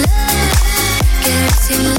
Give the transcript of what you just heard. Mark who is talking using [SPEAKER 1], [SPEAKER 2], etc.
[SPEAKER 1] Love, girls in love.